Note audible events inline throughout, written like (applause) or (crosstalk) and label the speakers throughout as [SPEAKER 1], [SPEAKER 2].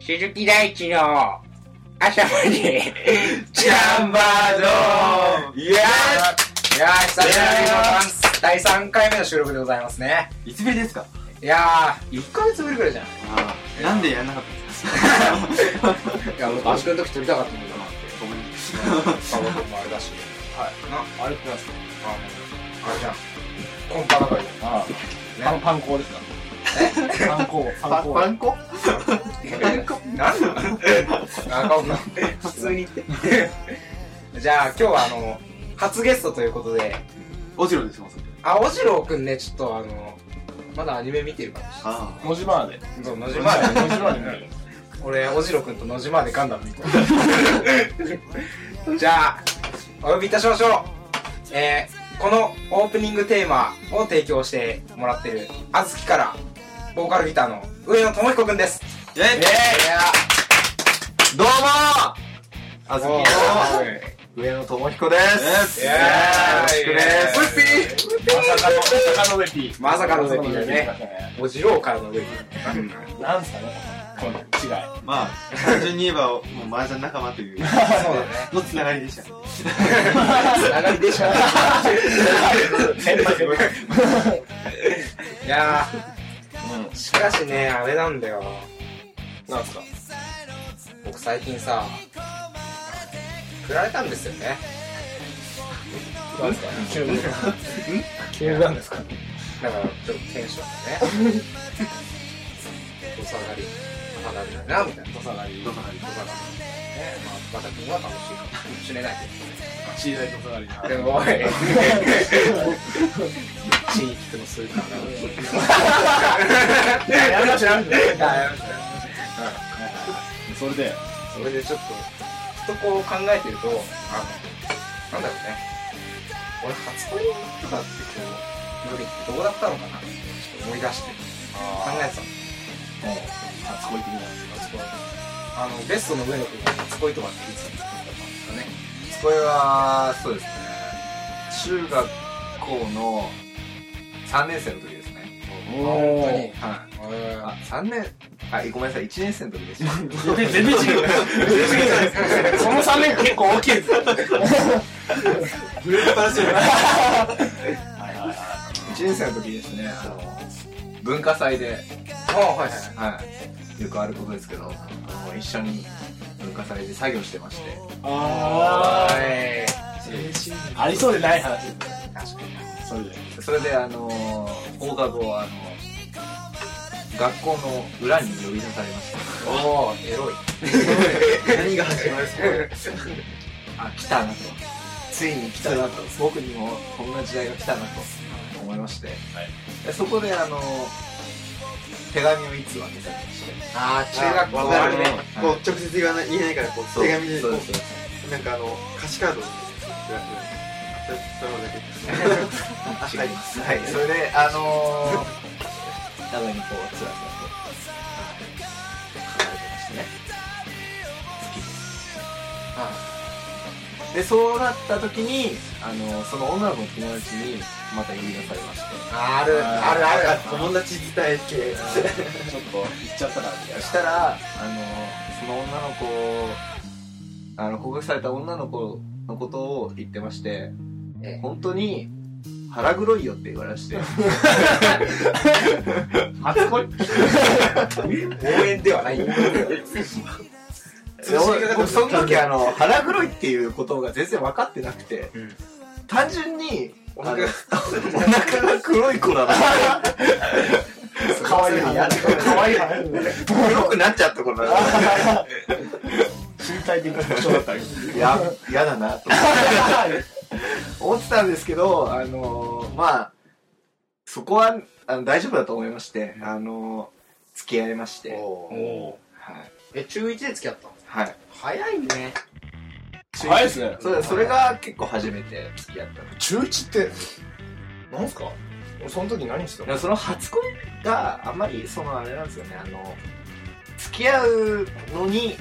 [SPEAKER 1] 鈴木大地の朝までチャンバードー
[SPEAKER 2] いや
[SPEAKER 1] いやー、久しぶりでございます。第3回目の収録でございますね。
[SPEAKER 2] いつぶりですか
[SPEAKER 1] いやー、1ヶ月ぶりくらいじゃない
[SPEAKER 2] ああなんでやんなかったんですか
[SPEAKER 1] いや、僕、足くんの時撮りたかったんだけどな。
[SPEAKER 2] ごめん
[SPEAKER 1] サボ君もあれだし。はい。な、あれってなんすかあの、あれじゃん。コンパだからじ
[SPEAKER 3] あ
[SPEAKER 1] ゃ
[SPEAKER 3] あ、
[SPEAKER 1] ん。
[SPEAKER 3] パンコーですか。パンコー、パンコ
[SPEAKER 2] パ
[SPEAKER 3] ー。
[SPEAKER 2] ンコ
[SPEAKER 1] ね、なんなの中岡普通に言って。じゃあ、今日はあの、初ゲストということで、
[SPEAKER 2] オジロですもんそれ
[SPEAKER 1] あ、おじろうくんね、ちょっとあの、まだアニメ見てるから。
[SPEAKER 2] あ
[SPEAKER 3] 文字まで。
[SPEAKER 1] そう、野
[SPEAKER 3] 文
[SPEAKER 1] 島で。
[SPEAKER 3] 字まで。
[SPEAKER 1] 俺、おじろくんと野島でガンダム見てるじゃあ、お呼びいたしましょう。えー、このオープニングテーマを提供してもらってる、あずきから、ボーカルギターの上野智彦くんです。
[SPEAKER 2] えどうもあずき
[SPEAKER 1] おー
[SPEAKER 2] 上野智彦です
[SPEAKER 1] イエ
[SPEAKER 2] よろし
[SPEAKER 1] ーイ
[SPEAKER 2] くです
[SPEAKER 3] まさかの、まさかのウェピー。
[SPEAKER 1] まさかのウェ
[SPEAKER 3] ま
[SPEAKER 1] ピーだ
[SPEAKER 3] さかの
[SPEAKER 1] ね
[SPEAKER 3] ね。
[SPEAKER 1] おじろうからの上に。
[SPEAKER 3] なんすかね、この違い。
[SPEAKER 2] まあ単純に言えばもう麻雀仲間という
[SPEAKER 1] そうだね。
[SPEAKER 2] のつながりでした
[SPEAKER 1] (laughs) つながりでしょ。
[SPEAKER 3] 先輩先輩
[SPEAKER 1] いやー、しかしね、あれなんだよ。
[SPEAKER 3] うん。なんすか。
[SPEAKER 1] 僕最近さ、振られたんですよね。
[SPEAKER 3] なんすか。急に。急なんですか。
[SPEAKER 1] だからちょっとテンション
[SPEAKER 3] (laughs)
[SPEAKER 1] がねお下がりお下がりだなみたいなお
[SPEAKER 3] おさがり。
[SPEAKER 2] どうなり
[SPEAKER 1] 下がりねまあまた君は楽しいかもしれない
[SPEAKER 3] 小さいおさがり。
[SPEAKER 1] けどでも
[SPEAKER 3] (laughs)
[SPEAKER 1] おい地域くのするから (laughs)
[SPEAKER 3] (laughs) いややめましょうやめ
[SPEAKER 1] なやめま
[SPEAKER 3] ましょう
[SPEAKER 1] しょう
[SPEAKER 3] それで。
[SPEAKER 1] それでちょっとふとこう考えてるとあのなんだろうね俺初恋とかってこう時ってどうだったのかなってちょっと思い出して考えてたの
[SPEAKER 3] もう初恋的な。初恋。
[SPEAKER 1] あのベストの上野君が初恋とかって言ってたんですよね
[SPEAKER 4] これはそうですね中学校の3年生の時ですね
[SPEAKER 3] お
[SPEAKER 1] 本当
[SPEAKER 3] ー
[SPEAKER 1] に。
[SPEAKER 4] はい
[SPEAKER 1] えー
[SPEAKER 4] あ3年あごめんなさい1年生の時でした
[SPEAKER 2] (laughs)
[SPEAKER 3] 全然違う。全然違う。その3年結構大きいです。
[SPEAKER 2] ブレーカーしてる
[SPEAKER 3] はいはいは
[SPEAKER 4] 1年生の時ですねあの文化祭で、
[SPEAKER 1] あはいはいはい
[SPEAKER 4] はい、よくあることですけどあの一緒に文化祭で作業してまして
[SPEAKER 3] い。あー。ありそうでない話ですね。
[SPEAKER 1] 確かに
[SPEAKER 3] それで。
[SPEAKER 4] それであの放課後あの学校の裏に呼び出されました
[SPEAKER 1] おおエロい
[SPEAKER 4] 何が始まるそこであ来たなとついに来たなと僕にもこんな時代が来たなと思いまして、でそこであの手紙をいつ渡されまして
[SPEAKER 1] ああ中
[SPEAKER 2] 中
[SPEAKER 1] 学
[SPEAKER 2] 学
[SPEAKER 1] 校
[SPEAKER 2] 校
[SPEAKER 1] あ
[SPEAKER 2] あ
[SPEAKER 1] れ
[SPEAKER 2] れ
[SPEAKER 1] ね
[SPEAKER 2] ねこう直接言わない言えないからこう手紙で
[SPEAKER 4] そ
[SPEAKER 2] こ
[SPEAKER 4] う
[SPEAKER 2] う
[SPEAKER 4] ですそうです
[SPEAKER 2] なんかあの歌詞カードをねそれだけ
[SPEAKER 4] はい、はい、それであのー、なのにこうつらつらと書かれてましてね好きですでそうなった時にあのその女の子の友達にまた呼び出されまして
[SPEAKER 1] あるあるある
[SPEAKER 2] 友達
[SPEAKER 4] (laughs)
[SPEAKER 2] 伝え系
[SPEAKER 3] ちょっと行っちゃったからみたい
[SPEAKER 4] そ
[SPEAKER 3] な。
[SPEAKER 4] したらあのその女の子をあの告白された女の子のことを言ってまして
[SPEAKER 1] え (laughs) え
[SPEAKER 4] 本当に腹黒いよって言われま (laughs) して
[SPEAKER 3] 初恋
[SPEAKER 1] 応援ではない
[SPEAKER 4] で俺僕その時あの腹黒いっていうことが全然分かってなくて、
[SPEAKER 1] うん
[SPEAKER 4] 単純に
[SPEAKER 1] お腹
[SPEAKER 4] あのお腹が黒い子 (laughs) だな
[SPEAKER 3] 可愛い
[SPEAKER 4] や
[SPEAKER 3] 話。
[SPEAKER 4] る
[SPEAKER 3] 可愛い (laughs) 話。
[SPEAKER 4] 黒くなっちゃった子だな
[SPEAKER 3] 身体的な特徴だったり。 (laughs)
[SPEAKER 4] いや嫌だなと思ってたんですけど、あのーまあそこはあの大丈夫だと思いまして、あのー付き合いまして
[SPEAKER 1] お
[SPEAKER 2] お
[SPEAKER 1] お
[SPEAKER 4] はい、
[SPEAKER 1] え中一で付き合ったの
[SPEAKER 4] はい、
[SPEAKER 1] 早いね
[SPEAKER 3] 早いですね。
[SPEAKER 4] それそれが結構初めて付き合ったの
[SPEAKER 3] 中一って、なんすか俺その時何してた
[SPEAKER 4] でもその初恋があんまりそのあれなんですよねあの付き合うのに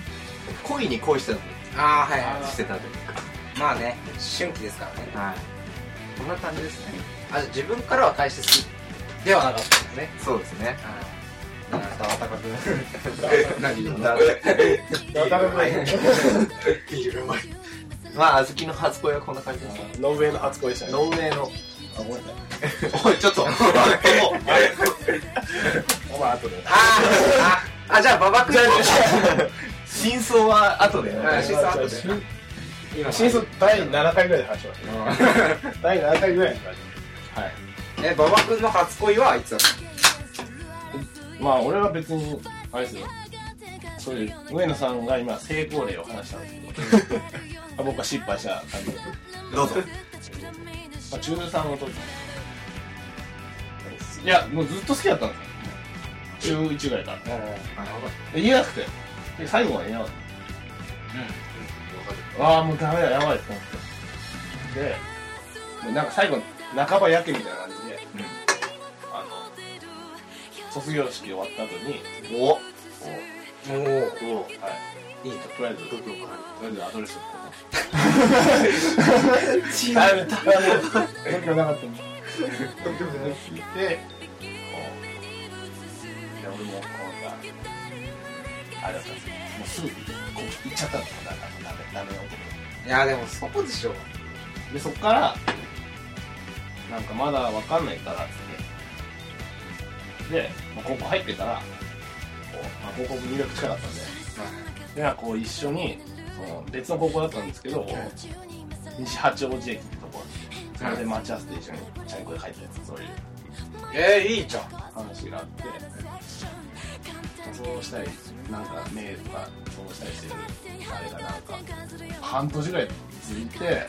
[SPEAKER 4] 恋に恋してたの
[SPEAKER 1] ああはいは
[SPEAKER 4] してたという
[SPEAKER 1] いまあね春季ですからね
[SPEAKER 4] か、はい、
[SPEAKER 1] こんな感じですね。
[SPEAKER 4] あ自分からは大切ではなかったですね
[SPEAKER 2] そうですね。
[SPEAKER 1] あー、だわたかく。何言うんだ
[SPEAKER 4] だ
[SPEAKER 1] ろう。
[SPEAKER 3] わからない。
[SPEAKER 2] ビールうまい。
[SPEAKER 4] まあ小豆の初恋はこんな感じですね
[SPEAKER 3] ノーウェイの初恋でしたね。
[SPEAKER 4] ノーウェイの
[SPEAKER 3] あ、ごめんなさい。
[SPEAKER 4] (laughs) おいちょっと
[SPEAKER 3] まあ、後で。
[SPEAKER 4] あーあじゃあ馬場君真相は後で
[SPEAKER 1] はい真相後で
[SPEAKER 3] 今、真相第7回ぐらいで話しましたね。第7回ぐらいで話しました。はい。
[SPEAKER 1] え、馬場君の初恋はいつだっ
[SPEAKER 3] まあ、俺は別に、あれですよ。そういう、上野さんが今、成功例を話したんですけど、あ僕は失敗した感じで。
[SPEAKER 4] どうぞ
[SPEAKER 3] まあ、中3の時いやもうずっと好きだったんですよ中1ぐらいから
[SPEAKER 1] たの
[SPEAKER 3] で言えなくてで最後は言えなかった、ああもうダメだやばいと思ってでもうなんか最後半ばやけみたいな感じで、あの卒業式終わった後に
[SPEAKER 4] おお
[SPEAKER 1] お
[SPEAKER 2] おお。
[SPEAKER 3] いいととりあえずとりあえずアドレスを
[SPEAKER 4] (laughs) 違
[SPEAKER 3] だ (laughs)
[SPEAKER 4] う
[SPEAKER 3] いぶ高い東京なかったんで東京じゃなくてこういや俺もこうなんかあれだったんですよもうすぐこう行っちゃったんですよなんかダメダメな男
[SPEAKER 1] いや、でもそこでしょ。
[SPEAKER 3] でそっからなんかまだわかんないからっつってで、まあ、高校入ってからこう、まあ、高校入学近かったんででなんかこう一緒にその別の高校だったんですけど、こう西八王子駅ってとこそれで待ち合わせて一緒にチャリンコで帰ったやつそういう
[SPEAKER 1] えー、いいじゃん。
[SPEAKER 3] 話があってそうしたりなんか目とかそうしたりしてるあれがなんか半年ぐらい続いて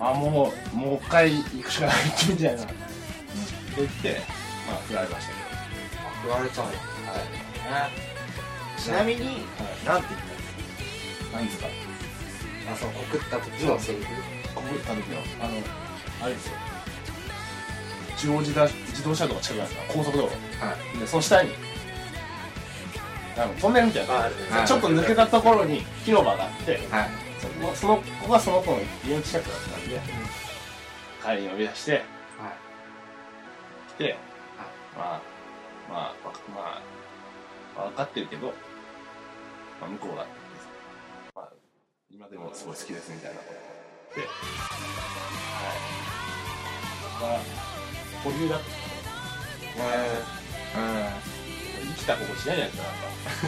[SPEAKER 3] あもうもう一回行くしかないみたいなと言ってまあ振られましたけ
[SPEAKER 1] 言われたの。
[SPEAKER 3] どはい
[SPEAKER 4] ちなみになんて言った
[SPEAKER 3] 何ですか
[SPEAKER 1] あ、そう、送った時のセリフ。
[SPEAKER 3] ここ行った時はあのあれですよ中央自動自動車道が近くなんですか高速道路
[SPEAKER 1] はい。
[SPEAKER 3] でその下にあのトンネルみたいなのがある
[SPEAKER 1] はい
[SPEAKER 3] ちょっと抜けたところに広場があって
[SPEAKER 1] はい。
[SPEAKER 3] そこその子がその子の家の近くだったんで帰りに呼び出して
[SPEAKER 1] はい。
[SPEAKER 3] 来てまあまあわまあ分かってるけど、まあ、向こうが、まあ、今でもすごい好きですみたいなことではいまあ保留だった
[SPEAKER 1] え
[SPEAKER 3] 生きたことしないじゃないですかな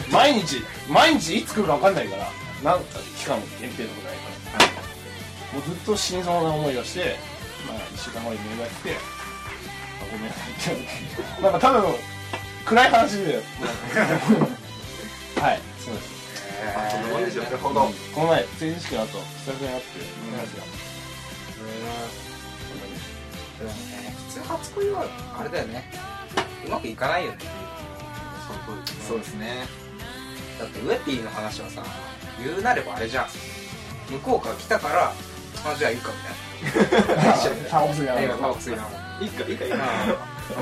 [SPEAKER 3] んか毎日毎日いつ来るか分かんないからなんか期間限定とかないから、もうずっと死にそうな思いをして、まあ、1週間前にメールが来て「あごめんなさい」ってなんか多分暗い話だよはいそうです
[SPEAKER 1] ー
[SPEAKER 2] そんなもんでしょ。なるほ
[SPEAKER 3] こ
[SPEAKER 2] ど。
[SPEAKER 3] の前成人式の後久々に会って話が
[SPEAKER 1] でもね、普通初恋はあれだよねうまくいかないよね
[SPEAKER 4] そうですね
[SPEAKER 1] だってウエティの話はさ言うなればあれじゃん向こうから来たからあじゃあいいかみたいな一緒に
[SPEAKER 3] 倒すや
[SPEAKER 1] 映画
[SPEAKER 3] ろ
[SPEAKER 1] タオクスいなもん
[SPEAKER 2] いいかいいかいいか。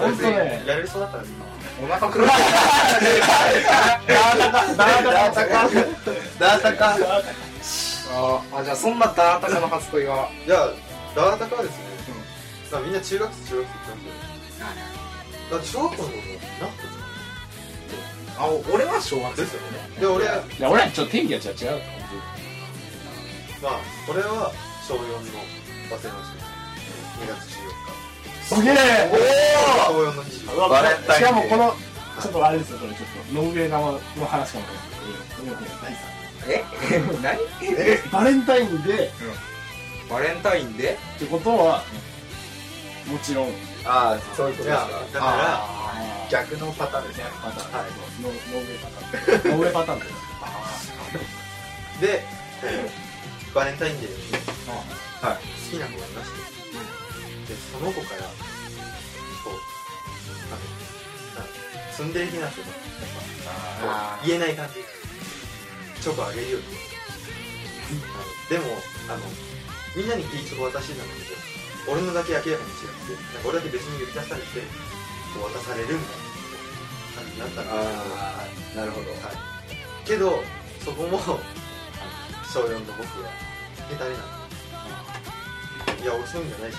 [SPEAKER 3] 本当ね
[SPEAKER 2] やれそうだったら今。
[SPEAKER 1] お腹くる
[SPEAKER 3] ダータカダータカ
[SPEAKER 4] ダータカ
[SPEAKER 1] (laughs) ああじゃあそんなダータカの初恋は
[SPEAKER 2] じゃあダータカはですね。さあみんな中学生中学生ってなんだよ。だって小学校の頃なかったじ
[SPEAKER 1] あお俺は小
[SPEAKER 2] ゃん。
[SPEAKER 1] 学
[SPEAKER 2] で
[SPEAKER 1] 生
[SPEAKER 2] すよね。で俺ま
[SPEAKER 3] いや俺らちょっと天気が違うから
[SPEAKER 2] あ俺は小四の忘れました。2月
[SPEAKER 3] すげえ
[SPEAKER 2] 14日。小四の日。
[SPEAKER 3] うわ
[SPEAKER 4] バレンタインデー
[SPEAKER 3] しかもこのちょっとあれですよこれちょっとノーウェイ側の話かもしれ
[SPEAKER 1] え (laughs)
[SPEAKER 3] ない
[SPEAKER 1] 何
[SPEAKER 3] えバレンタインデーっ
[SPEAKER 1] バレンタインで
[SPEAKER 3] てことはもちろん
[SPEAKER 4] ああそういう
[SPEAKER 2] じ
[SPEAKER 4] ことです
[SPEAKER 2] ゃあ
[SPEAKER 4] か
[SPEAKER 2] だから
[SPEAKER 1] あ
[SPEAKER 4] 逆のパターンですね
[SPEAKER 3] パターンノーノーウェイパターンノーウェイパターンだよ
[SPEAKER 2] でバレンタインデーにねはい、好きな子がいまして、でその子からこうあのあの積んでる日なんですよ
[SPEAKER 1] あー
[SPEAKER 2] 言えない感じチョコあげるよってあのでもあのみんなに聞いチョコ渡してたんだけど俺のだけ明らかに違ってなんか俺だけ別に呼び出されてこう渡されるみたいな感じになったんだけど
[SPEAKER 4] ああなるほど
[SPEAKER 2] けどそこもあの小4の僕は下手になっいや俺そういうんじゃないし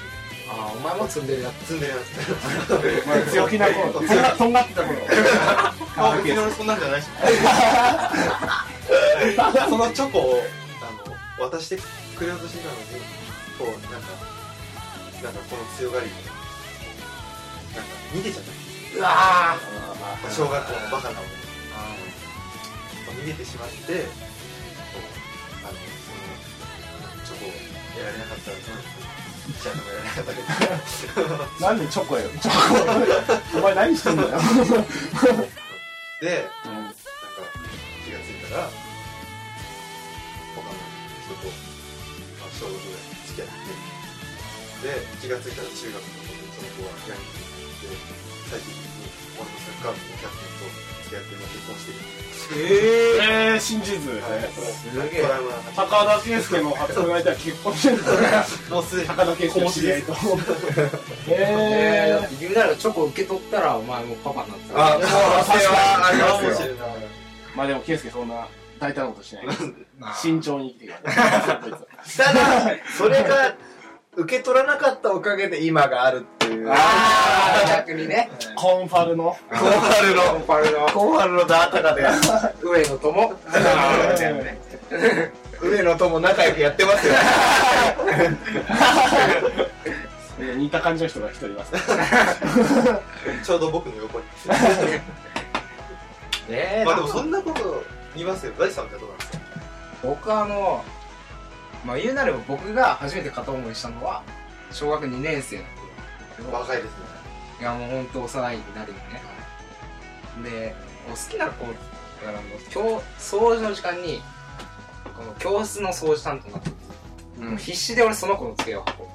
[SPEAKER 1] ああ、お前も積んでるやつ。
[SPEAKER 2] 積んでるや
[SPEAKER 3] あ強気な
[SPEAKER 2] (laughs)
[SPEAKER 3] 頃とんがとんがってた頃
[SPEAKER 2] つあ別に俺そんなんじゃ (laughs) ないしそのチョコをあの渡してくれようとしてたのにこうなんかなんかこの強がりになんか逃げちゃった
[SPEAKER 1] うわあ。
[SPEAKER 2] 小学校のバカ
[SPEAKER 1] あ
[SPEAKER 2] な俺逃げてしまってこうあのそのチョコをやられなかったらそのピッチャーとかやられなかったけど (laughs)
[SPEAKER 3] なんでチョコよチョコお前何してんだよ
[SPEAKER 2] でなんか気がついたら他の人と、まあ、小学ぐらい付き合ってで気がついたら中学の時にその子はヤンキーで最終的に俺のサッカー部のキャプテンと付き合って今結婚してる
[SPEAKER 3] ええー、信じ
[SPEAKER 1] す
[SPEAKER 3] ず、
[SPEAKER 1] げえ
[SPEAKER 2] トラウマな
[SPEAKER 3] 高田圭介の初恋相手は結婚してるんだ
[SPEAKER 2] もうすでに
[SPEAKER 3] 高田圭介の知り合いとへ
[SPEAKER 1] ええ、だっ
[SPEAKER 3] え
[SPEAKER 1] て言うならチョコ受け取ったらお前もパパになってた。
[SPEAKER 4] あ、もう、それはあり
[SPEAKER 2] か
[SPEAKER 4] ま
[SPEAKER 2] も
[SPEAKER 4] す
[SPEAKER 2] しれな
[SPEAKER 4] よ。
[SPEAKER 2] い
[SPEAKER 3] ー、まあでも圭介そんな大胆なことしない
[SPEAKER 1] なあ
[SPEAKER 3] 慎重に生きてくださいこいつは
[SPEAKER 4] ただ、それが、受け取らなかったおかげで今があるっていう。
[SPEAKER 1] ああ、逆にね。
[SPEAKER 3] コンファルの
[SPEAKER 4] コンハル
[SPEAKER 1] コ
[SPEAKER 4] の
[SPEAKER 1] ン、パルの
[SPEAKER 4] コンハルのダータカで、
[SPEAKER 1] (laughs) 上野とも。
[SPEAKER 3] あー
[SPEAKER 1] みたいなね
[SPEAKER 4] 上野とも仲良くやってます (laughs) よ。
[SPEAKER 3] 似た感じの人が一人います
[SPEAKER 2] ちょうど僕の横に。
[SPEAKER 1] ねえ
[SPEAKER 2] まあでもそんなこと言いますよ。大地さんってどうなんですか
[SPEAKER 1] 僕はあの、まあ言うなれば僕が初めて片思いしたのは、小学2年生の頃。
[SPEAKER 2] 若いですね。
[SPEAKER 1] いやもうほんと幼いになるよね。で、もう好きな子だからもう教、掃除の時間に、この教室の掃除担当になって、
[SPEAKER 4] うん
[SPEAKER 1] 必死で俺その子の机を運ぶ。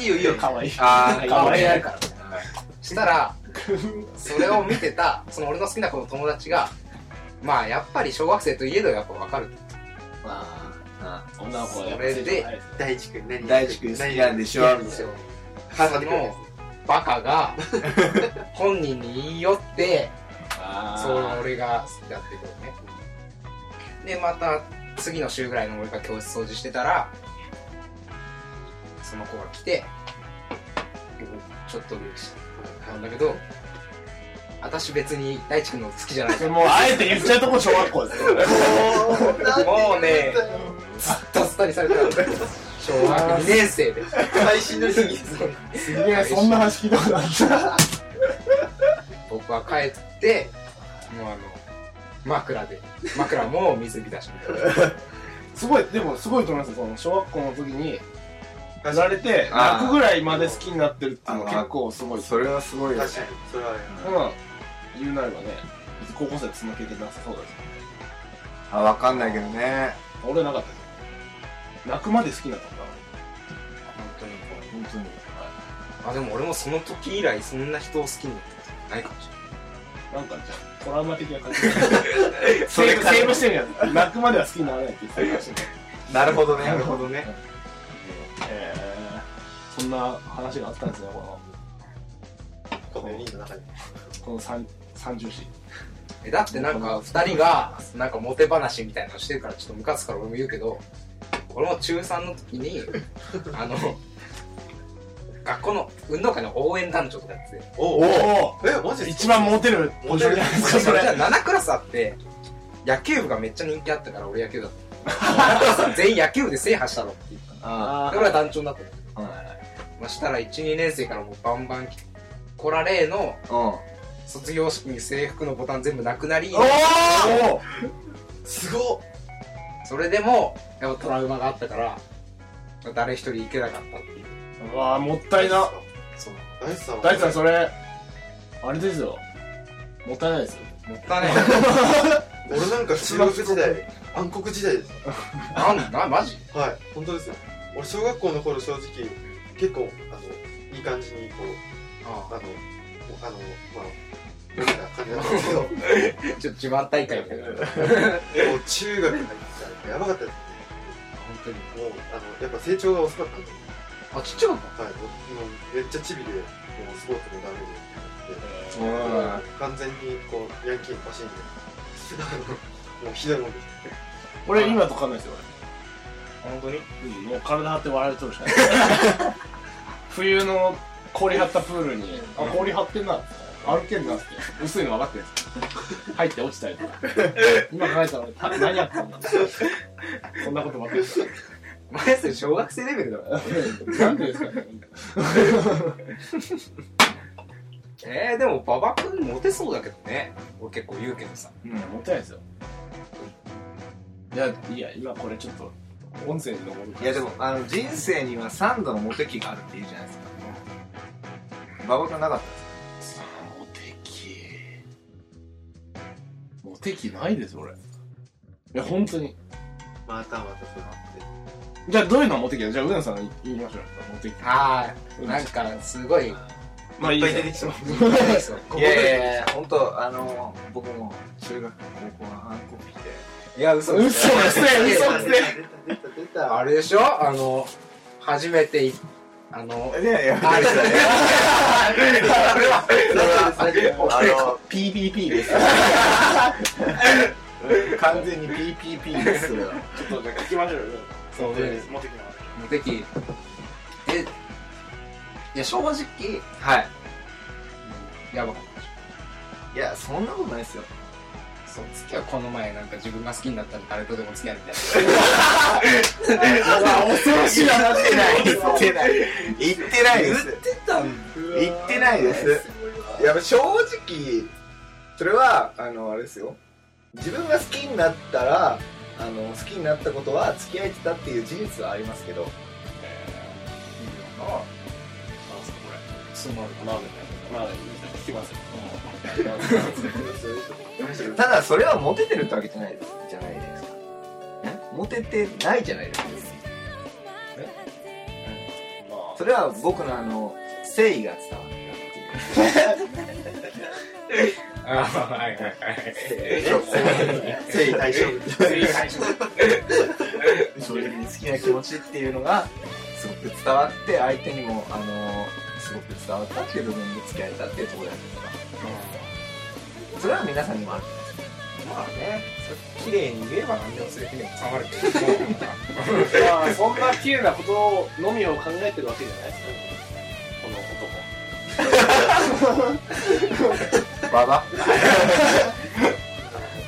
[SPEAKER 2] いいよい
[SPEAKER 1] (laughs)
[SPEAKER 2] いよ。
[SPEAKER 3] かわいい
[SPEAKER 1] あ
[SPEAKER 3] かわい
[SPEAKER 1] 俺
[SPEAKER 3] い
[SPEAKER 1] やるから。したら、それを見てた、その俺の好きな子の友達が、まあやっぱり小学生といえどやっぱわかる。
[SPEAKER 3] 女の子はやっぱ
[SPEAKER 2] 大地君何
[SPEAKER 4] 大地君好きなんでしょみたい
[SPEAKER 1] そ
[SPEAKER 4] な。
[SPEAKER 1] の
[SPEAKER 2] 飾ってくれるや
[SPEAKER 1] バカ
[SPEAKER 3] (laughs)
[SPEAKER 1] が、本人に言い寄って、そう
[SPEAKER 3] あ
[SPEAKER 1] 俺が好きだってことねでまた次の週ぐらいの俺が教室掃除してたらその子が来てちょっとルーしたんだけど私別に大地君の好きじゃない
[SPEAKER 3] あもうあえて言っちゃうとこ小学校ですよ
[SPEAKER 2] つ
[SPEAKER 1] もうねダスタにされたの小学2年生で
[SPEAKER 2] 最新の時ですね。
[SPEAKER 3] すげえそんな話聞いたことあった
[SPEAKER 1] 僕は帰ってもうあの枕で枕も水浸しみたいな
[SPEAKER 3] すごいでもすごいと思いますよその小学校の時にやられて
[SPEAKER 4] あー
[SPEAKER 3] 泣くぐらいまで好きになってるっていうのは結構すごいです
[SPEAKER 4] それはすごいよね
[SPEAKER 2] 確。かに。それはあれ
[SPEAKER 3] うん言うなればね高校生はその経験なさそうだし
[SPEAKER 4] あ、わかんないけどね。
[SPEAKER 3] 俺はなかったです泣くまで好きになったことは
[SPEAKER 1] 本当にもう
[SPEAKER 4] 本当に。
[SPEAKER 1] あでも俺もその時以来そんな人を好きになったことないかもし
[SPEAKER 3] なんかじゃあトラウマ的な感じ
[SPEAKER 4] (laughs) そ
[SPEAKER 3] セ
[SPEAKER 4] れ
[SPEAKER 3] ーブ
[SPEAKER 4] から
[SPEAKER 3] セーブしてるやつ泣くまでは好きにならないって言ってましたね
[SPEAKER 4] なるほどね。
[SPEAKER 1] れないどね
[SPEAKER 3] えーそんな話があったんですよこの
[SPEAKER 2] この4人の中で。
[SPEAKER 3] この三三重視
[SPEAKER 1] えだってなんか2人がなんかモテ話みたいなのしてるからちょっとムカつくから俺も言うけど俺も中3の時 (laughs) にあの学校の運動会の応援団長とかやってて
[SPEAKER 2] お
[SPEAKER 3] お
[SPEAKER 2] お
[SPEAKER 3] お
[SPEAKER 2] え、マジで
[SPEAKER 3] 一番モテるポジションじゃないですかそ
[SPEAKER 1] そ
[SPEAKER 3] れ
[SPEAKER 1] れじゃあ7クラスあって野球部がめっちゃ人気あったから俺野球だった (laughs) 全員野球部で制覇したろって言った
[SPEAKER 4] あ
[SPEAKER 3] あ
[SPEAKER 1] ので俺は団長になったの
[SPEAKER 4] あ。うん。
[SPEAKER 1] まあ、したら12年生からもうバンバン来られーの
[SPEAKER 4] うん。
[SPEAKER 1] 卒業式に制服のボタン全部なくなり
[SPEAKER 3] ーおー
[SPEAKER 2] すごっ
[SPEAKER 1] それでもやっぱトラウマがあったから誰一人行けなかったっていう
[SPEAKER 3] うわーもったいな
[SPEAKER 1] そう
[SPEAKER 2] 大地さんは
[SPEAKER 3] 大地さんそれあれですよもったいないですよ
[SPEAKER 1] もったいない
[SPEAKER 2] 俺なんか中学時代、暗黒時代です。
[SPEAKER 1] (laughs) なんなマジ
[SPEAKER 2] はい、本当ですよ。俺小学校の頃正直、結構、あの、いい感じにこう、あ
[SPEAKER 1] あ (laughs)
[SPEAKER 2] の、あの、まあ、みたいな感じだったんですけど、
[SPEAKER 1] あちょっと自慢大会みたいな本
[SPEAKER 2] もう中学に入ったらやばかったです
[SPEAKER 1] 当に
[SPEAKER 2] ね。もう、あの、やっぱ成長が遅かったんで、
[SPEAKER 1] あちっちゃかっ
[SPEAKER 2] はい、もうもうめっちゃチビで、もうスポーツもダメで、
[SPEAKER 4] うん。
[SPEAKER 2] 完全にこう、ヤンキーのマシンで、あのもうひどいもんです。
[SPEAKER 3] 俺今と変わんないですよ
[SPEAKER 1] 本当に
[SPEAKER 3] うんもう体張って笑れとるしかない (laughs) 冬の氷張ったプールに「あ氷張ってんな」歩けんなって薄いの分かってるんですよ入って落ちたりとか今考えたら俺た何やったんだそんなことばっかりした
[SPEAKER 1] お前それ小学生レベルだろ
[SPEAKER 3] なんでですかね
[SPEAKER 1] えー、でも馬場君モテそうだけどね俺結構言うけどさ
[SPEAKER 4] うん
[SPEAKER 3] 持ってないですよいやいや今これちょっと音声に残るから
[SPEAKER 4] いやでもあの人生には3度のモテ期があるって言うじゃないですか馬場君なかっ
[SPEAKER 3] モテ期モテ期ないです俺いや本当に
[SPEAKER 2] またまたそうなって
[SPEAKER 3] じゃあどういうのがモテ期だじゃあうなさん言いましょうよモテ期
[SPEAKER 1] ああなんかすごい
[SPEAKER 3] まあ
[SPEAKER 2] いっ
[SPEAKER 3] いい
[SPEAKER 2] ぱ
[SPEAKER 3] で
[SPEAKER 2] い
[SPEAKER 3] す
[SPEAKER 2] 出てきそう
[SPEAKER 4] たいやいやいや本当あの僕も中学高校の反抗期でいや嘘
[SPEAKER 3] 嘘ですね嘘ですね
[SPEAKER 2] 出た出た
[SPEAKER 1] あれでしょあの初めて (laughs) いあの
[SPEAKER 4] いやいや
[SPEAKER 1] あれ (laughs) だね
[SPEAKER 4] あの
[SPEAKER 3] PPP です
[SPEAKER 4] 完全に PPP ですそれは
[SPEAKER 3] ちょっとじゃあ聞きましょうよそう
[SPEAKER 1] で
[SPEAKER 3] モテ期の話
[SPEAKER 1] 無敵え
[SPEAKER 4] いや正直
[SPEAKER 1] はいやばかっ
[SPEAKER 4] いやそんなことないですよ
[SPEAKER 1] たそう次はこの前なんか自分が好きになったら誰とでも付き合うみたい (laughs)
[SPEAKER 3] 恐ろしい話
[SPEAKER 4] 言ってない言ってない言ってないです
[SPEAKER 1] な出たん
[SPEAKER 4] 言ってないですいや正直それはあのあれですよ自分が好きになったらあの好きになったことは付き合えてたっていう事実はありますけど
[SPEAKER 1] つまる
[SPEAKER 3] まあまあ聞きますよ
[SPEAKER 4] ただそれはモテてるってわけじゃないじゃないですかモテてないじゃないですか
[SPEAKER 3] まあ
[SPEAKER 4] それは僕のあの誠意が伝わって
[SPEAKER 1] (laughs) あはいはいはい
[SPEAKER 4] (laughs)
[SPEAKER 2] 誠意対象
[SPEAKER 4] 正直に好きな気持ちっていうのがすごく伝わって相手にもあのすごく伝わったっていう部分で付き合えたっていうところじゃないですかそれは皆さんにもある
[SPEAKER 1] まあねそれ綺麗に言えば何でもするにも収まるけど
[SPEAKER 3] まあそんな綺麗なことのみを考えてるわけじゃないですねこの男
[SPEAKER 4] ババ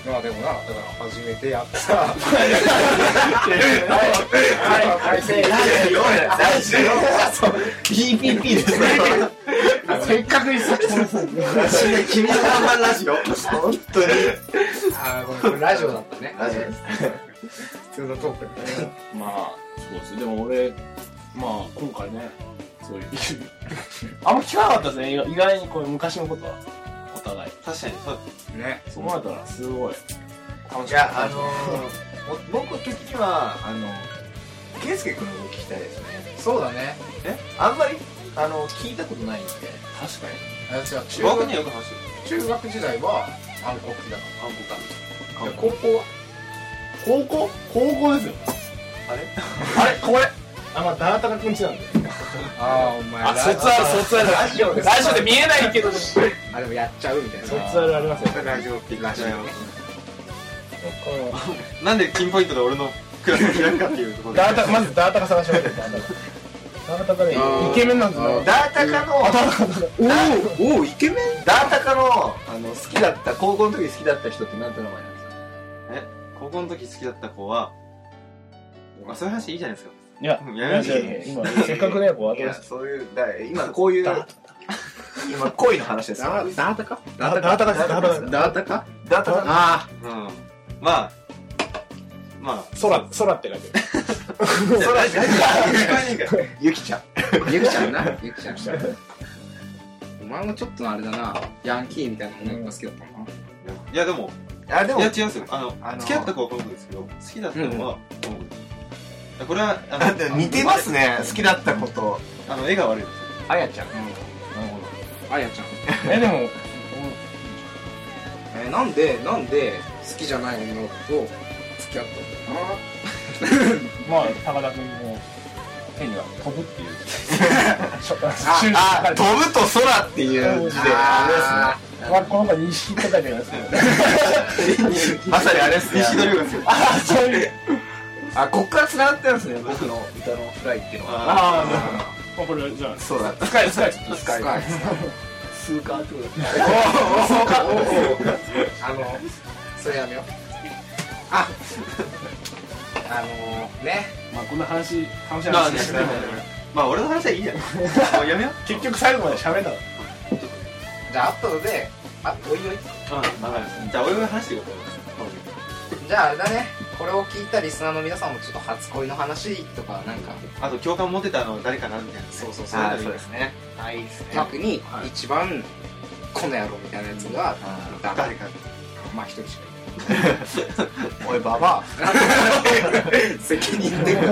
[SPEAKER 1] まあでもなだから初めてやったさ
[SPEAKER 3] はい、
[SPEAKER 4] 大事よ PPP ですね
[SPEAKER 3] せっかくにさっき
[SPEAKER 2] 君の看板ラジオ
[SPEAKER 4] 本当に
[SPEAKER 1] あーごめんこれラジオだったね
[SPEAKER 2] ラジオです
[SPEAKER 1] 普通のトークだね
[SPEAKER 3] まあ、そうですね。でも俺、まあ、今回ね、そういう。あんま聞かなかったですね。意外にこれ昔のことは。お互い。
[SPEAKER 2] 確かにそう
[SPEAKER 1] ね
[SPEAKER 3] そうなったら、すごい。楽
[SPEAKER 4] い
[SPEAKER 3] しか
[SPEAKER 4] や
[SPEAKER 3] っ、た
[SPEAKER 4] あのー、ぼ僕的には、あの、圭介君の動き聞きたいですね。
[SPEAKER 1] そうだね
[SPEAKER 4] えあんまり、あの、聞いたことないんで。
[SPEAKER 3] 確かに。
[SPEAKER 1] 私は中
[SPEAKER 2] 僕
[SPEAKER 1] 学
[SPEAKER 2] にはよく話して
[SPEAKER 1] 中学時代は暗黒期だか
[SPEAKER 2] あんこか
[SPEAKER 1] らいや高校は
[SPEAKER 3] 高校高校ですよ。
[SPEAKER 2] あれ
[SPEAKER 3] あれこれあ、まあ、ダラタカくんちなんで。
[SPEAKER 1] ああお前
[SPEAKER 3] あ、卒アル、卒アル。ラジオで。ラジオで見えないけど。卒
[SPEAKER 1] あでもやっちゃうみたいな
[SPEAKER 3] アルありますよ。
[SPEAKER 2] ラジオって
[SPEAKER 1] ラジオね
[SPEAKER 2] なんでピンポイントで俺のクラスを開くかっていうところで
[SPEAKER 3] ダータまずダータカ探しましょう。ダータカ。ダータカね、イケメンなんですよ。
[SPEAKER 4] ダータカの、
[SPEAKER 1] おおイケメン
[SPEAKER 4] ダータカの、あの、好きだった、高校の時好きだった人って何て名前なんですか
[SPEAKER 2] 高校の時好きだった子はまあそういう話いいじゃないですか
[SPEAKER 3] いや
[SPEAKER 2] うんやめましょう
[SPEAKER 3] いやいや今、せっかくね、こう、
[SPEAKER 4] い
[SPEAKER 3] 後出
[SPEAKER 4] や、
[SPEAKER 3] し
[SPEAKER 4] そういう、だ今こういう、今恋の話ですよ。
[SPEAKER 1] ダータか
[SPEAKER 3] ダータカです、ダータカです。
[SPEAKER 1] ダータか
[SPEAKER 4] ダータカ
[SPEAKER 1] あ
[SPEAKER 2] うんまあまあ
[SPEAKER 3] 空、空って書いてる。
[SPEAKER 4] の、それは
[SPEAKER 2] 聞こえないから
[SPEAKER 4] ゆきちゃん。
[SPEAKER 1] あゆきちゃんな (laughs) ゆきちゃんお前もちょっとあれだなヤンキーみたいな女の子が好きだったない
[SPEAKER 2] やでも
[SPEAKER 4] あ、で
[SPEAKER 2] い
[SPEAKER 4] も
[SPEAKER 2] や違、うんですよあの
[SPEAKER 4] あの
[SPEAKER 2] 付き合った子はこの子ですけど好きだったのはこの子ですこれはあ
[SPEAKER 4] だっ
[SPEAKER 2] の
[SPEAKER 4] て似てますね、好きだったこと。
[SPEAKER 2] あの絵が悪いです
[SPEAKER 4] あやちゃん。
[SPEAKER 3] なるほど。
[SPEAKER 1] あやちゃん
[SPEAKER 3] え、でも、
[SPEAKER 1] えーなんでなんで好きじゃない女の子と付き合ったのかな
[SPEAKER 3] まあ、高田君も、手には飛ぶっていう。
[SPEAKER 1] あ
[SPEAKER 3] 瞬
[SPEAKER 4] あ、
[SPEAKER 3] 間
[SPEAKER 4] 飛ぶと空っていう字で、あ
[SPEAKER 3] まあ、この子、錦って書いてありますけど。
[SPEAKER 4] れですね。まさにあれですね。
[SPEAKER 2] 西の量が強い
[SPEAKER 3] あ、そういう。
[SPEAKER 4] あこっから繋がってるんですね僕の歌のフライっていうのは
[SPEAKER 3] あー、まあこれじゃあ、
[SPEAKER 4] そうだ
[SPEAKER 3] スカイ、スカイ、
[SPEAKER 4] スカイスーカーってことだ
[SPEAKER 1] あのそれやめようあ (laughs) あのね
[SPEAKER 3] まあこんな話、楽しい
[SPEAKER 2] まあ
[SPEAKER 3] 話
[SPEAKER 2] ね
[SPEAKER 3] ですね。
[SPEAKER 2] まあ俺の話はいいやもうやめよう
[SPEAKER 3] 結局最後まで喋んなかっ
[SPEAKER 1] じゃあ後であおいおい
[SPEAKER 2] うんわかりましたじゃあ俺の話してくだ
[SPEAKER 1] じゃああれだねこれを聞いたリスナーの皆さんもちょっと初恋の話とかなんか
[SPEAKER 2] さいあと共感持てたのは誰かなみたいなそうそうそう
[SPEAKER 4] あーそうですね
[SPEAKER 1] はい逆に一番この野郎みたいなやつが誰
[SPEAKER 2] 誰か
[SPEAKER 1] まあ一人しかい (laughs)
[SPEAKER 4] おいババア
[SPEAKER 1] ない責任転嫁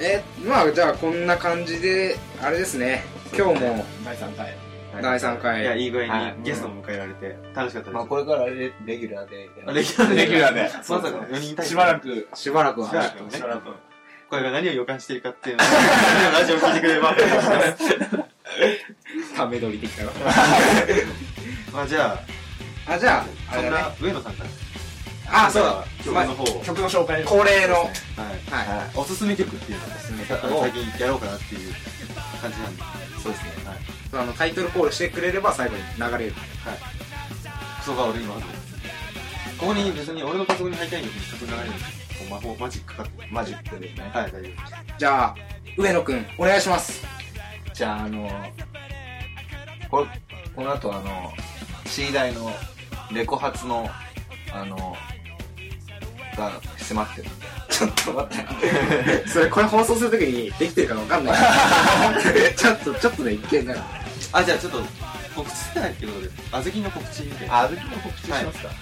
[SPEAKER 1] えまあじゃあこんな感じであれですね今日も
[SPEAKER 3] た。第3回。
[SPEAKER 1] 第3
[SPEAKER 2] いや
[SPEAKER 1] 回
[SPEAKER 2] いい具合
[SPEAKER 4] は
[SPEAKER 2] にゲストも迎えられて楽しかったです
[SPEAKER 4] まあこれからレレギュラーで
[SPEAKER 2] あレギュラーで
[SPEAKER 3] レギュラーで
[SPEAKER 2] まさかの4人対
[SPEAKER 3] (laughs) しばらく、
[SPEAKER 4] しばらくは
[SPEAKER 2] しばらくね
[SPEAKER 3] しばらく。
[SPEAKER 2] これが何を予感しているかっていうのをラジオを聞いてくれれば
[SPEAKER 1] ため撮りできたら
[SPEAKER 2] まあじゃ
[SPEAKER 1] あじゃああ
[SPEAKER 2] あそ
[SPEAKER 1] れ
[SPEAKER 2] ん
[SPEAKER 1] だ
[SPEAKER 2] な
[SPEAKER 1] ね
[SPEAKER 2] 上野さんから
[SPEAKER 1] あそうだ
[SPEAKER 2] 曲の方を
[SPEAKER 3] 曲の紹介を。
[SPEAKER 1] 恒例の
[SPEAKER 2] はい
[SPEAKER 1] はい
[SPEAKER 2] おすすめ曲っていうのを最近やろうかなっていう感じなんで
[SPEAKER 4] そうですね
[SPEAKER 1] あのタイトルコールしてくれれば最後に流れる
[SPEAKER 2] クソが俺今あるここに別に俺のパソコンに入りたいんだけど曲流れるんですよ魔法マジックかかってる
[SPEAKER 4] マジックですね
[SPEAKER 2] はい大丈夫です
[SPEAKER 1] じゃあ上野くんお願いします
[SPEAKER 4] じゃああのこれこの後あの C 大のレコ発のあのが迫ってるんで
[SPEAKER 1] ちょっと待って。それ、これ放送するときにできてるかわかんない。 (laughs) ちょっと、ちょっとね、一見なんか。
[SPEAKER 2] あじゃあちょっと告知してないってことであずきの告知みたいな
[SPEAKER 4] (laughs) あずきの告知しますか、
[SPEAKER 2] はい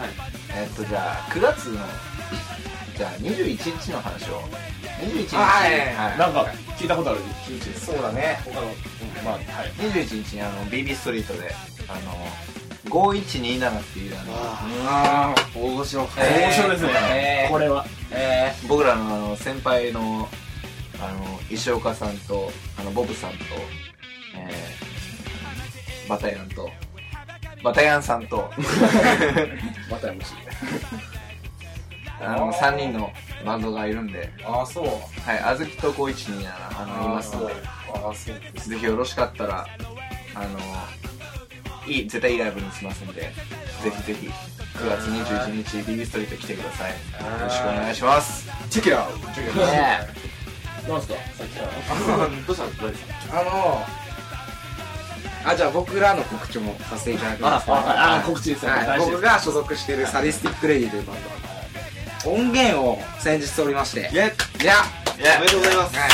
[SPEAKER 4] えっとじゃあ9月のじゃあ21日の話を21日
[SPEAKER 1] はい
[SPEAKER 4] はい
[SPEAKER 3] なんか、聞いたことある気持ちです。
[SPEAKER 1] そうだね。
[SPEAKER 3] 他の、うんまあ、はい。
[SPEAKER 4] 21日にあの BB ストリートであの5127っていうあの
[SPEAKER 2] あ
[SPEAKER 1] あ
[SPEAKER 2] 大御所
[SPEAKER 4] えー
[SPEAKER 3] 面白いです
[SPEAKER 4] え
[SPEAKER 3] ね。
[SPEAKER 4] ー
[SPEAKER 3] これは。
[SPEAKER 1] え
[SPEAKER 4] 僕らのあの先輩のあの石岡さんとあのボブさんと、えーバタヤンとバタヤンさんと
[SPEAKER 1] ー、またもし。
[SPEAKER 4] あの3人のバンドがいるんで、
[SPEAKER 1] ああ、そう。
[SPEAKER 4] はい、あずきとこういちにあのいますので
[SPEAKER 1] ああ、そうです。
[SPEAKER 4] ぜひよろしかったらあのいい絶対いいライブにしますんでぜひぜひ9月21日 BB ストリート来てくださいよろしくお願いします
[SPEAKER 2] チェキラー
[SPEAKER 4] ね
[SPEAKER 3] なんすかさっきから。
[SPEAKER 2] どうしたのどうですか
[SPEAKER 1] あのー、あ、じゃあ僕らの告知もさせていただきます。
[SPEAKER 3] あ、あ告知ですね。
[SPEAKER 1] はい、
[SPEAKER 3] 大事で
[SPEAKER 1] 僕
[SPEAKER 3] す。
[SPEAKER 1] が所属しているサディスティック・レディというバンド音源を先日おりまして
[SPEAKER 2] イエ
[SPEAKER 1] じゃあ
[SPEAKER 2] おめでとうございます
[SPEAKER 1] はい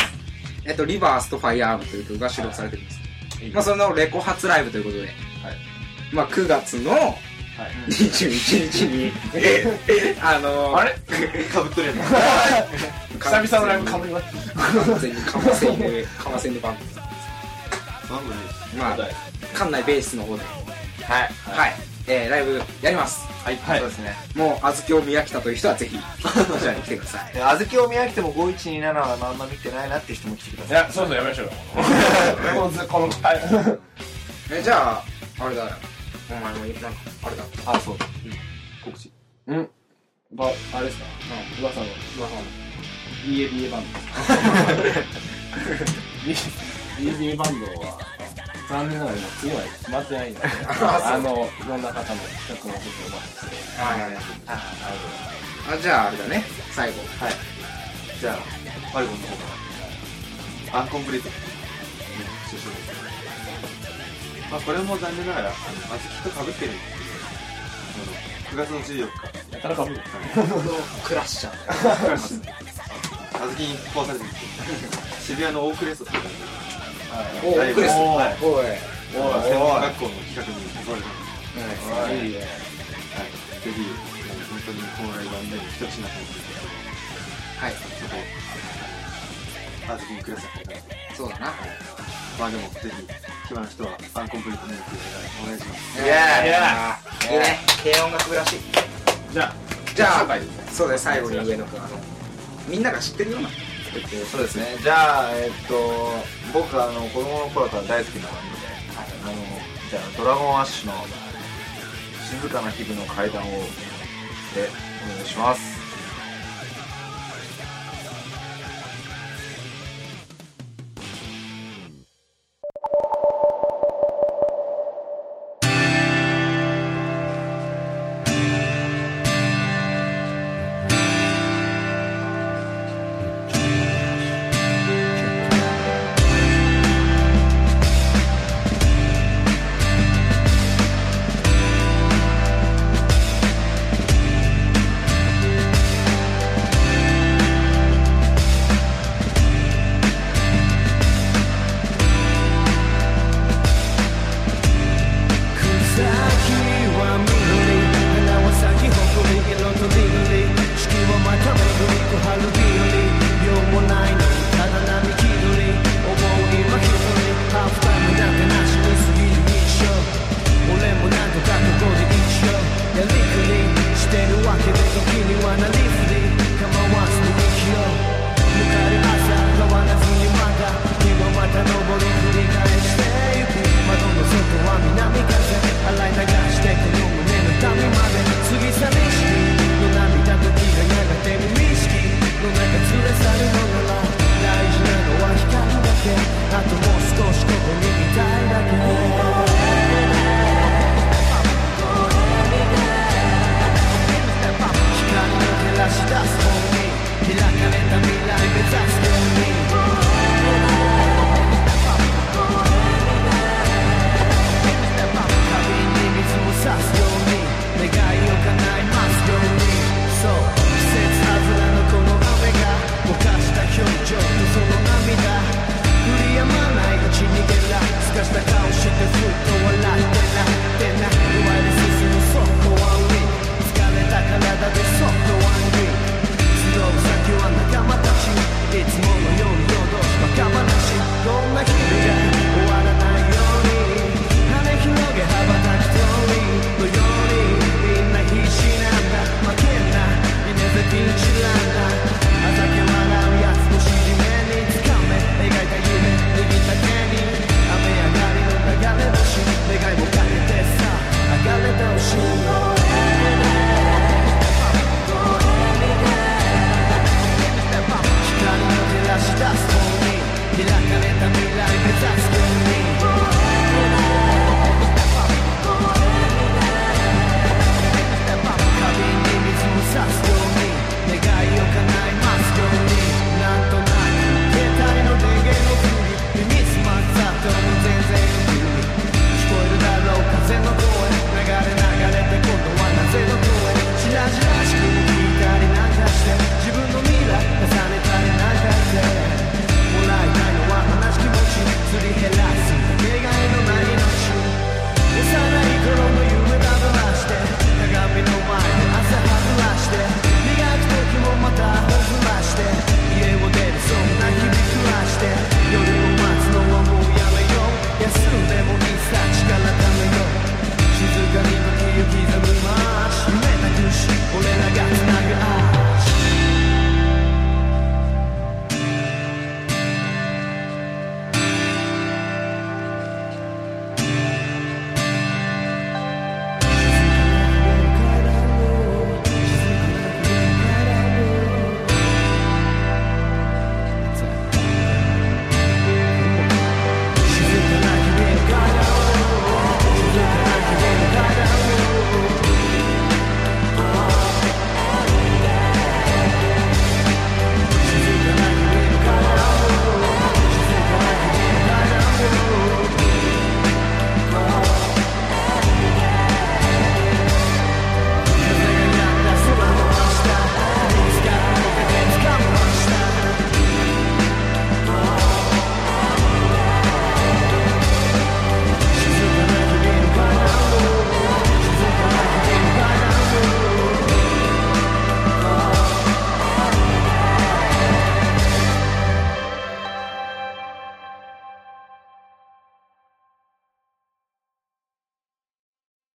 [SPEAKER 1] えっと「リバースとファイアーム」という曲が収録されてるんです、まあ、そのレコ発ライブということで、まあ、9月の21日に、あのー、
[SPEAKER 3] あれ
[SPEAKER 2] かぶっとる
[SPEAKER 1] (laughs)
[SPEAKER 2] やん
[SPEAKER 3] 久々のライブかぶります。
[SPEAKER 1] 完全にかませんでかませんでバンド
[SPEAKER 2] なんでね
[SPEAKER 1] まあ
[SPEAKER 3] はい
[SPEAKER 1] 館内ベースの方では
[SPEAKER 4] はい
[SPEAKER 1] い、えーライブやります
[SPEAKER 4] はい、
[SPEAKER 3] はい
[SPEAKER 4] そうですね
[SPEAKER 1] もう小豆を宮北という人は (laughs) ぜひこちらに来てください
[SPEAKER 4] で小豆を見飽きても5127はまんま見てないなって人も来てくだ
[SPEAKER 3] い
[SPEAKER 4] さい
[SPEAKER 3] や、そうそう、やめましょうよ。この、この、はい。
[SPEAKER 1] えじゃああれだお前もなんかあれだ
[SPEAKER 4] あそうだ
[SPEAKER 2] 告知
[SPEAKER 3] うん。ば、あれですか噂の、BABA バンド。BABA バンドは、残念ながら今は決まってないんで、 (laughs) あの、いろんな方の企画のことをお待ちして、
[SPEAKER 1] はいあじゃああれだね最後
[SPEAKER 2] はいじゃあワルゴンの方からアンコンプリートまあこれも残念ながらあのあずきとかぶってるんですけどあの9月の14日
[SPEAKER 3] やたらかぶる。
[SPEAKER 1] クラッシャー
[SPEAKER 2] あずきに壊されてるんですけど渋谷のオークレストっていう
[SPEAKER 1] おおク
[SPEAKER 2] ライブ
[SPEAKER 1] レス
[SPEAKER 3] おい
[SPEAKER 1] おい
[SPEAKER 2] 専門学校の企画に誘われた
[SPEAKER 3] おい。いい
[SPEAKER 2] は
[SPEAKER 3] ね。
[SPEAKER 2] い、ぜひ、もう本当にこのライブはみんなに来てほしいなと思って
[SPEAKER 1] はい
[SPEAKER 2] そこを、あずきにください。
[SPEAKER 1] そうだな
[SPEAKER 2] まあでも、ぜひ、暇な人は、アンコンプリートのやつお願いします。
[SPEAKER 1] い
[SPEAKER 4] や
[SPEAKER 1] や
[SPEAKER 4] い
[SPEAKER 1] い
[SPEAKER 3] や
[SPEAKER 1] やいいね軽音楽部らしい
[SPEAKER 3] じゃあ、
[SPEAKER 1] じゃ
[SPEAKER 3] 紹
[SPEAKER 1] あ
[SPEAKER 3] 介ですね
[SPEAKER 1] そうだよ最後に上野くんあのみんなが知ってるような
[SPEAKER 4] そうですねじゃあえっと僕あの子供の頃から大好きなバンドで、あのじゃあドラゴンアッシュの「静かな日々の階段を」でお願いします